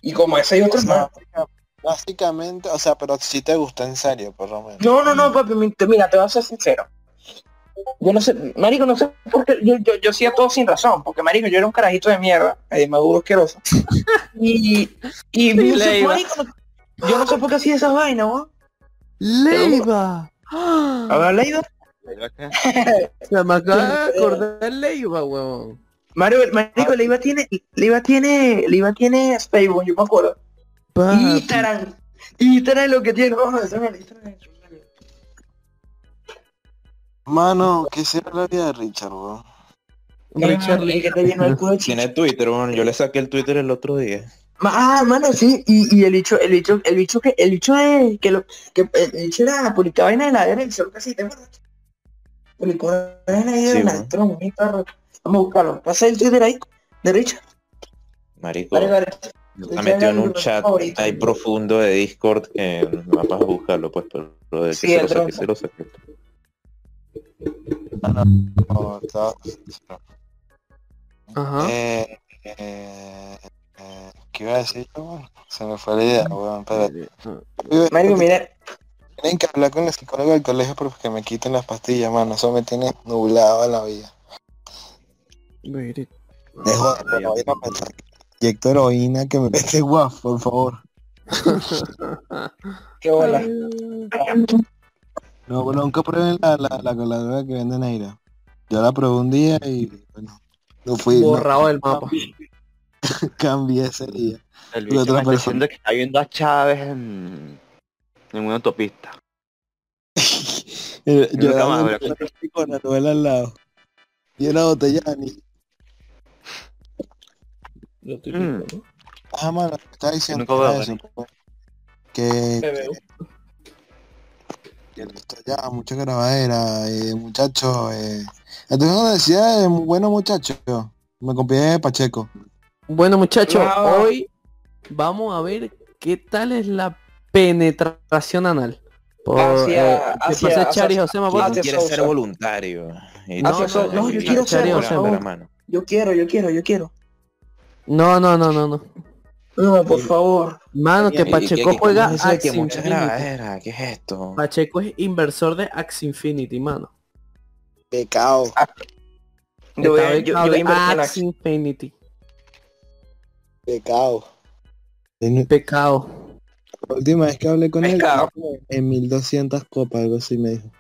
Speaker 3: Y como ese y
Speaker 2: O
Speaker 3: otros más.
Speaker 2: sea, básicamente, o sea, pero si te gusta en serio, por lo menos.
Speaker 3: No, no, no, papi, mi- te- mira, te voy a ser sincero. Yo no sé, marico, no sé por qué, yo, yo, yo hacía todo sin razón, porque marico, yo era un carajito de mierda, eh, maduro asqueroso. Y, y no sé,
Speaker 4: Leiva.
Speaker 3: marico, no- yo no sé por qué hacía esas vainas, weón.
Speaker 4: ¡Leiva! ¡Ah!
Speaker 3: ¿Habrá leído?
Speaker 6: Pero es que-
Speaker 4: Se me acaba de acordar Leiva, huevón.
Speaker 3: Mario, marico, Leiva tiene, Leiva tiene, Leiva tiene Facebook, yo me acuerdo. Ah, Instagram. Instagram es lo que tiene. Vamos a hacer una lista de-
Speaker 2: Mano, quisiera la vida de Richard, weón.
Speaker 4: Richard
Speaker 3: El que te llenó el culo de chicha.
Speaker 1: Tiene Twitter, bueno, yo le saqué el Twitter el otro día.
Speaker 3: Ma- Ah, mano, sí, y, y el bicho, el bicho, el bicho que, el bicho es, que lo, que eh, el bicho era publicaba vaina de la derecha, algo así, ¿te acuerdas? Publicó una vaina ahí
Speaker 1: Sí,
Speaker 3: de
Speaker 1: man.
Speaker 3: la Trump, mi perro. Vamos a buscarlo. Pasa el Twitter ahí, derecha,
Speaker 1: Marico,
Speaker 3: vale, vale.
Speaker 1: la metió en un
Speaker 3: Richard,
Speaker 1: chat
Speaker 3: favorito.
Speaker 1: ahí profundo de Discord que no vas a buscarlo, pues, pero lo de que
Speaker 3: Sí,
Speaker 1: se
Speaker 3: el
Speaker 1: lo saqué,
Speaker 3: tronco.
Speaker 1: se lo saqué.
Speaker 2: No, está-
Speaker 4: Ajá.
Speaker 2: eh, eh, eh, ¿Qué iba a decir, yo, weón? Se me fue la idea, weón. Espérate.
Speaker 3: Marico, mira,
Speaker 2: Tienen que hablar con el psicólogo del colegio porque me quiten las pastillas, mano. Eso me tiene nublado a la vida. De joder, pero voy a pensar que inyecto heroína que me mete guaf, por favor.
Speaker 3: qué bola.
Speaker 2: No, bueno, nunca prueben la, la, la, la droga que venden aire. Yo la probé un día y bueno, no fui, no
Speaker 4: Borrado del mapa.
Speaker 2: cambié ese día.
Speaker 6: El
Speaker 2: Y otra
Speaker 6: bicho me está
Speaker 2: persona.
Speaker 6: diciendo que está viendo a Chávez en, en una autopista.
Speaker 2: Eh, Yo
Speaker 6: Nunca
Speaker 2: era
Speaker 6: más,
Speaker 2: un-
Speaker 6: ¿verdad?
Speaker 2: con la novela al lado. Y una botella de anís.
Speaker 4: Lo típico,
Speaker 6: Mm.
Speaker 4: ¿no?
Speaker 2: Ah, mano, te estaba diciendo
Speaker 6: nunca veo,
Speaker 2: era eso, pues, que, que esto ya, mucha grabadera, eh, muchacho. Eh. Entonces uno decía, eh, bueno muchacho, me copié Pacheco.
Speaker 4: Bueno muchachos,
Speaker 3: Bravo.
Speaker 4: hoy vamos a ver qué tal es la penetración anal. Por,
Speaker 3: Hacia-
Speaker 4: eh, ¿qué
Speaker 3: hacia-
Speaker 4: pasa,
Speaker 3: hacia-
Speaker 4: Chari José
Speaker 1: ¿Quién
Speaker 4: Mapote?
Speaker 3: hacia
Speaker 1: quiere
Speaker 3: Sousa.
Speaker 1: ser voluntario? Y
Speaker 4: No,
Speaker 1: tú,
Speaker 4: no,
Speaker 1: Sousa,
Speaker 4: no, yo
Speaker 1: y-
Speaker 4: quiero ser,
Speaker 1: Chari,
Speaker 4: por
Speaker 1: levanta la
Speaker 4: favor.
Speaker 1: mano.
Speaker 3: Yo quiero, yo quiero, yo quiero.
Speaker 4: No, no, no, no, no.
Speaker 3: No, por favor.
Speaker 4: Mano, que
Speaker 1: Y- y-
Speaker 4: Pacheco
Speaker 1: y- y-
Speaker 4: juega
Speaker 1: ¿cómo es eso de
Speaker 4: Axe
Speaker 1: que mucha
Speaker 4: Infinity.
Speaker 1: grabadera, ¿qué es
Speaker 3: eh.
Speaker 1: esto?
Speaker 4: Pacheco es inversor de Axe Infinity, mano.
Speaker 2: Pecado.
Speaker 3: Yo voy a- Ah, yo-
Speaker 4: Está
Speaker 3: yo
Speaker 4: becado
Speaker 3: voy a
Speaker 4: de
Speaker 3: invertir en
Speaker 4: Axe
Speaker 3: Axe.
Speaker 4: Infinity.
Speaker 2: Pecado. La
Speaker 4: Pecado.
Speaker 2: última vez que hablé con
Speaker 3: Pescado.
Speaker 2: él, en 1200 copas, algo así me dijo.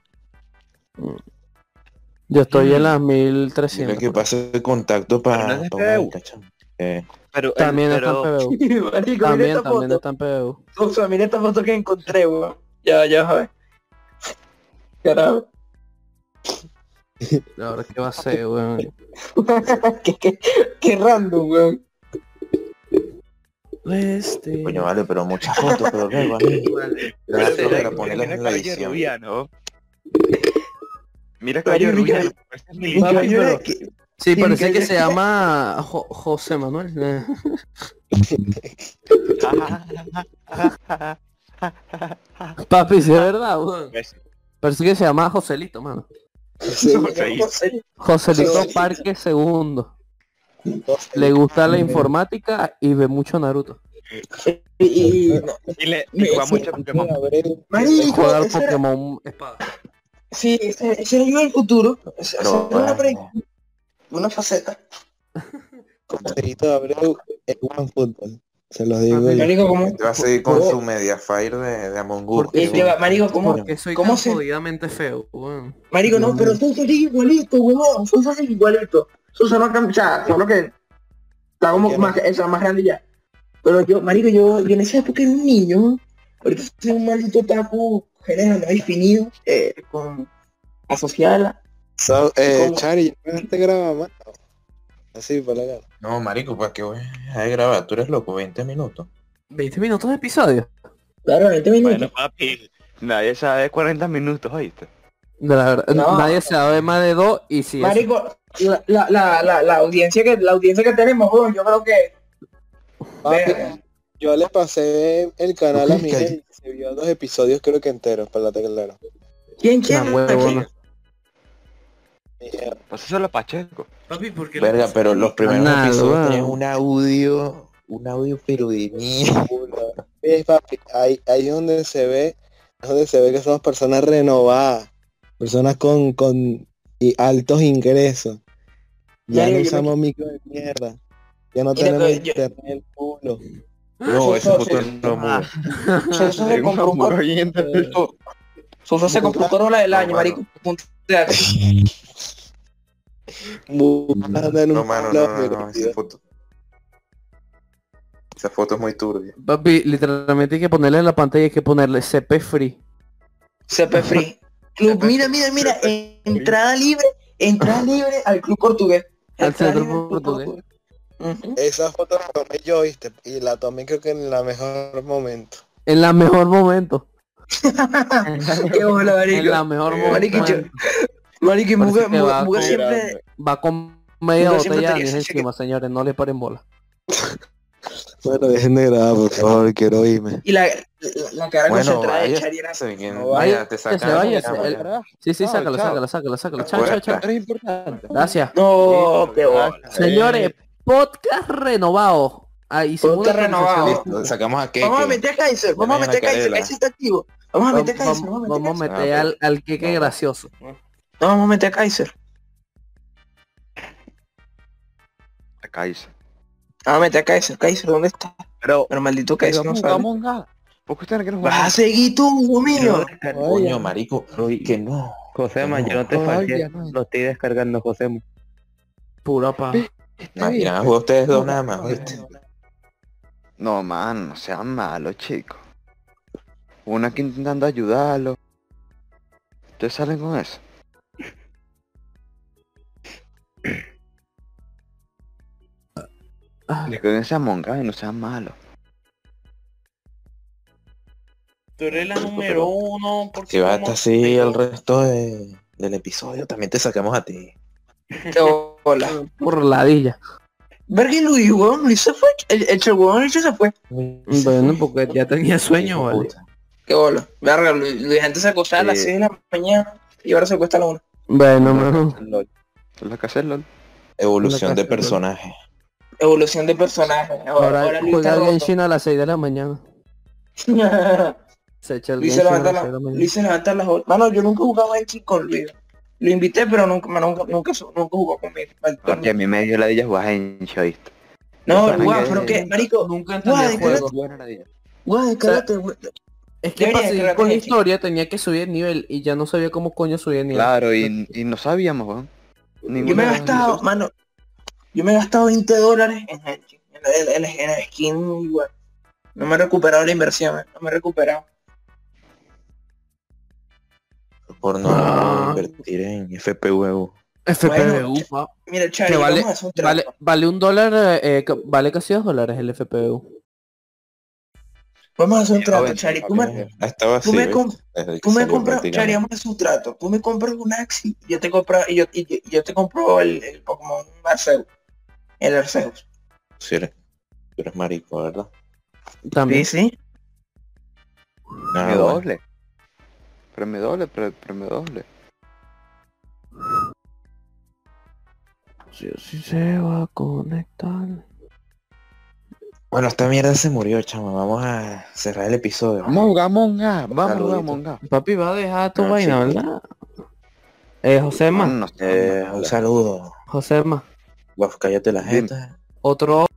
Speaker 4: Yo estoy en
Speaker 3: Mm.
Speaker 4: las
Speaker 1: Mira
Speaker 4: 1300.
Speaker 1: que pase el contacto
Speaker 6: Pero no es
Speaker 1: para
Speaker 6: de
Speaker 1: pa
Speaker 6: PBU.
Speaker 1: Marca, chamo. Eh,
Speaker 6: Pero,
Speaker 4: También está en
Speaker 6: pero
Speaker 4: PBU.
Speaker 3: Marico, mira
Speaker 4: También,
Speaker 3: esta
Speaker 4: también
Speaker 3: foto.
Speaker 4: está en PBU.
Speaker 3: Sousa, mira esta foto que encontré, weón. Ya, ya, vas a ver. Carajo.
Speaker 4: Ahora qué va a ser, weón.
Speaker 3: qué, qué, qué random, weón.
Speaker 4: Este.
Speaker 1: coño, vale, pero muchas fotos, pero qué vale. Pero la
Speaker 6: pero-
Speaker 1: flojera
Speaker 6: pero
Speaker 1: ponerlas
Speaker 6: mira
Speaker 1: en la
Speaker 6: Caballo
Speaker 1: edición.
Speaker 6: Rubiano. Mira
Speaker 3: Caballo
Speaker 6: Caballo
Speaker 3: Rubiano.
Speaker 6: Rubiano. parece militar.
Speaker 3: Papi,
Speaker 4: pero-
Speaker 3: pero-
Speaker 4: Sí,
Speaker 3: Sí,
Speaker 4: parece
Speaker 3: que-
Speaker 4: que se llama Jo- José Manuel. eh. Papi, sí es verdad, weón.
Speaker 6: Pues,
Speaker 4: Parece que se llama Joselito, mano. Joselito
Speaker 2: Joselito.
Speaker 4: Parque Segundo. Le gusta la informática y ve mucho Naruto.
Speaker 3: eh, Y- y-
Speaker 6: Y le y juega mucho Pokémon.
Speaker 2: eh,
Speaker 3: Marico,
Speaker 4: Juega al
Speaker 3: ese era-
Speaker 4: Pokémon Espada.
Speaker 3: sí, ese, ese era yo del futuro. Ese- ese
Speaker 1: Pero,
Speaker 3: era una, pre-
Speaker 1: bueno,
Speaker 3: una faceta.
Speaker 2: Joselito Abreu es buen fútbol. Se los digo yo.
Speaker 3: Marico, ¿cómo?
Speaker 1: te Este va a seguir con su Mediafire de, de Among Us.
Speaker 4: Porque este
Speaker 1: que
Speaker 3: Y te va- marico, ¿cómo?
Speaker 1: Coño.
Speaker 4: Porque soy
Speaker 3: ¿Cómo
Speaker 4: tan
Speaker 3: se-
Speaker 4: jodidamente feo, weón.
Speaker 3: Marico, no, pero Sosa es igualito, huevón. Sosa es igualito. Sosa no ha cambiado, o sea, solo que está como más, o sea, más grande ya. Pero yo, marico, yo, yo en esa época era un niño. Ahorita soy un maldito taco género no definido, eh, con asociada.
Speaker 2: So, eh,
Speaker 3: ¿Cómo?
Speaker 2: Chari, ¿ya te graba más? Así, por la cara.
Speaker 1: No, marico, ¿para qué voy a grabar? Tú eres loco, 20 minutos.
Speaker 4: 20 minutos de episodio.
Speaker 3: Claro, en este minuto.
Speaker 6: Bueno, papi. Nadie sabe 40 minutos, ¿oíste?
Speaker 4: De la verdad,
Speaker 3: No.
Speaker 4: nadie sabe más de dos y si es-
Speaker 3: Marico, la, la, la, la, la audiencia que la audiencia que tenemos, weón, yo creo que
Speaker 2: Papi,
Speaker 3: Verga.
Speaker 2: yo le pasé el canal a Miguel y se vio dos episodios creo que enteros para la teclera.
Speaker 3: quién
Speaker 4: Una
Speaker 3: quién
Speaker 4: huevona.
Speaker 2: Miguel,
Speaker 6: Pues eso es lo Pacheco.
Speaker 4: Papi, ¿por qué
Speaker 1: Verga, pero los primeros
Speaker 4: Nada,
Speaker 1: episodios
Speaker 4: weón.
Speaker 1: tenían un audio, un audio pero de mierda.
Speaker 2: culo. Ves, papi, ahí, ahí es donde se ve, es donde se ve que somos personas renovadas, personas con, con y altos ingresos.
Speaker 3: Marico,
Speaker 2: Ya no
Speaker 3: yo me-
Speaker 2: usamos micro de mierda. Ya no
Speaker 3: Mira,
Speaker 2: tenemos
Speaker 3: pero yo-
Speaker 2: internet en el culo.
Speaker 4: Ah,
Speaker 1: No,
Speaker 3: Sí,
Speaker 1: esa
Speaker 3: sí,
Speaker 1: foto
Speaker 3: sí.
Speaker 1: no mueve.
Speaker 3: Sosa se compró un cor- Sosa se compró un Corolla del año, marico. Punto.
Speaker 5: Mutanda en un
Speaker 1: No, mano, no,
Speaker 5: lado,
Speaker 1: no, no,
Speaker 5: pero-
Speaker 1: esa foto. Esa foto es muy turbia.
Speaker 4: Papi, literalmente hay que ponerle en la pantalla, hay que ponerle CP Free.
Speaker 3: CP Free. Club, mira, mira, mira, en- entrada libre, entrada libre al club portugués.
Speaker 4: Al
Speaker 3: Entrada
Speaker 4: centro
Speaker 3: libre al club
Speaker 4: portugués.
Speaker 3: Ujú.
Speaker 2: Esa foto la tomé yo, viste, y la tomé creo que en el mejor momento.
Speaker 4: En la mejor momento.
Speaker 3: Qué bola,
Speaker 4: En la
Speaker 3: marico.
Speaker 4: mejor
Speaker 3: Marico, yo-
Speaker 4: momento.
Speaker 3: Marico, y
Speaker 4: Parece
Speaker 3: Muga,
Speaker 4: que
Speaker 3: Muga,
Speaker 4: va
Speaker 3: Muga
Speaker 4: con-
Speaker 3: siempre...
Speaker 4: Va con media
Speaker 3: Yo siempre
Speaker 4: botella de
Speaker 3: tenía
Speaker 4: anís
Speaker 3: ese
Speaker 4: encima, señores. No le paren bola.
Speaker 5: Bueno, dejen de grabar, por favor, quiero irme.
Speaker 3: Y la, la, la cara
Speaker 1: Bueno,
Speaker 3: concentrada de
Speaker 1: vaya.
Speaker 3: Chari era así.
Speaker 1: No
Speaker 4: vaya,
Speaker 1: vaya, te
Speaker 4: que se
Speaker 1: sacan.
Speaker 4: vaya,
Speaker 1: Ah,
Speaker 4: se-
Speaker 1: bueno.
Speaker 4: el- Sí, sí,
Speaker 7: Chao,
Speaker 4: sácalo,
Speaker 7: chao.
Speaker 4: sácalo, sácalo, sácalo. Chao, chao,
Speaker 1: Fuera.
Speaker 4: chao.
Speaker 7: Es importante.
Speaker 4: Gracias.
Speaker 3: No, qué bola.
Speaker 4: Señores, podcast renovado. Ah, hicimos
Speaker 3: Podcast
Speaker 4: una transacción.
Speaker 3: renovado.
Speaker 1: Sacamos a Keke.
Speaker 3: Vamos a meter a Kaiser, vamos a
Speaker 1: Llamen a
Speaker 3: meter a Kaiser,
Speaker 1: Carela.
Speaker 3: Kaiser está activo. Vamos a meter a
Speaker 4: Vamos,
Speaker 3: Kaiser, vamos a meter a
Speaker 4: vamos a
Speaker 3: Kaiser.
Speaker 4: meter
Speaker 1: Ah,
Speaker 4: al, al que que
Speaker 1: No.
Speaker 4: gracioso.
Speaker 3: No, vamos a meter a Kaiser.
Speaker 6: Acá dice.
Speaker 3: Vamos a meter a Kaiser, Kaiser, ¿dónde está?
Speaker 6: Pero,
Speaker 3: Pero maldito
Speaker 6: pero
Speaker 3: Kaiser no
Speaker 6: vamos,
Speaker 3: sale.
Speaker 6: vamos, ah. ¿Por qué ustedes no quieren jugar?
Speaker 3: Vas a seguir tú, Hugo mío.
Speaker 1: Coño, marico. Que no.
Speaker 8: Josema, yo no te
Speaker 7: Ay,
Speaker 8: fallé.
Speaker 7: ya no.
Speaker 8: Lo estoy descargando, Josema.
Speaker 4: Puro pa.
Speaker 1: Imagina, jugar ustedes dos nada más, ¿viste?
Speaker 6: No, man, no sean malos, chicos. Uno aquí intentando ayudarlo. Ustedes salen con eso.
Speaker 3: Ah.
Speaker 4: ah,
Speaker 6: Descárguense a Monga y no sean malos.
Speaker 3: Tú eres la número uno. Porque
Speaker 1: Si vas a estar así el resto de- del episodio, también te sacamos a ti.
Speaker 3: Hola.
Speaker 4: Por ladilla.
Speaker 3: Verga y Luis, weón, Luis se fue. El, el che, huevón, Luis se fue.
Speaker 4: Bueno, porque ya tenía sueño,
Speaker 1: Hijo de
Speaker 4: vale.
Speaker 1: puta.
Speaker 3: Qué bola. Verga, Luis, Luis antes se acostaba a las
Speaker 6: Sí.
Speaker 3: 6 de la mañana y ahora se acuesta a la 1.
Speaker 4: Bueno, mano.
Speaker 6: Eso es lo que hace el LOL.
Speaker 3: Ah.
Speaker 1: Evolución de
Speaker 4: Una casa,
Speaker 1: personaje.
Speaker 3: Evolución de personaje. Ahora, ahora
Speaker 4: Ahora
Speaker 3: Luis
Speaker 4: juega
Speaker 3: está
Speaker 4: el
Speaker 3: roto.
Speaker 4: Genshin a las 6 de la mañana. Se echa el
Speaker 3: Luis se
Speaker 4: Genshin a
Speaker 3: levanta a
Speaker 4: las 6
Speaker 3: la-
Speaker 4: de la mañana.
Speaker 3: Luis se levanta a las 8. Mano, yo nunca jugaba en Chi con Luis. Lo invité, pero nunca, nunca, nunca, nunca jugó conmigo. Maldito
Speaker 6: Porque a mí me dio la dilla jugar en Shoist.
Speaker 3: No,
Speaker 6: Para
Speaker 3: guau,
Speaker 6: que-
Speaker 3: pero qué, marico,
Speaker 4: Nunca
Speaker 3: entendí el juego.
Speaker 6: Yo
Speaker 3: guau, descárgate, güey.
Speaker 4: Es que
Speaker 3: Debería
Speaker 4: para seguir
Speaker 3: descargar
Speaker 4: con la
Speaker 3: Genshin.
Speaker 4: historia tenía que subir el nivel y ya no sabía cómo coño subir el nivel.
Speaker 6: Claro, y, y no sabíamos, weón.
Speaker 3: Yo me he
Speaker 6: Ninguna-
Speaker 3: gastado, mano, yo me he gastado 20 dólares en Henshin, en, la- en, la- en la skin igual. No me he recuperado la inversión, eh, no me he recuperado.
Speaker 1: Por no
Speaker 4: Ah.
Speaker 1: invertir en FPU.
Speaker 4: FPVU,
Speaker 3: Bueno,
Speaker 4: pa.
Speaker 3: Mira, Charlie,
Speaker 4: Que vale-
Speaker 3: vamos a hacer un trato.
Speaker 4: Vale, vale un dólar, eh, ca- vale casi dos dólares el FPVU.
Speaker 3: Vamos a hacer un
Speaker 6: a
Speaker 3: trato,
Speaker 6: ver,
Speaker 3: Charlie. Tú me,
Speaker 1: Eh, Estaba así.
Speaker 3: tú me,
Speaker 1: ¿ves?
Speaker 3: com-
Speaker 1: Desde que
Speaker 3: tú me
Speaker 1: salió
Speaker 3: compras,
Speaker 1: prácticamente.
Speaker 3: Charlie, vamos a hacer un trato. Tú me compras un Axi, yo te compro, y yo, y yo, yo te compro el, el Pokémon Arceus. El Arceus.
Speaker 1: Si eres, tú eres marico, ¿verdad?
Speaker 4: También.
Speaker 3: Sí, sí. Ah,
Speaker 1: No,
Speaker 6: me
Speaker 1: Ah, bueno.
Speaker 6: doble. Premio doble, pre- premio doble.
Speaker 4: Sí, sí se va a conectar.
Speaker 1: Bueno, esta mierda se murió, chama. Vamos a cerrar el episodio.
Speaker 6: Vamos a jugar a Monga, vamos a jugar a
Speaker 1: Saludito.
Speaker 6: Monga.
Speaker 4: Papi va a dejar tu
Speaker 1: No,
Speaker 4: vaina,
Speaker 1: chicos.
Speaker 4: ¿verdad? Eh, Josema,
Speaker 6: Mm, No, no sé.
Speaker 1: Eh, un saludo.
Speaker 4: Josema,
Speaker 1: Guau, cállate la
Speaker 3: Ah.
Speaker 6: Dime.
Speaker 1: gente.
Speaker 4: otro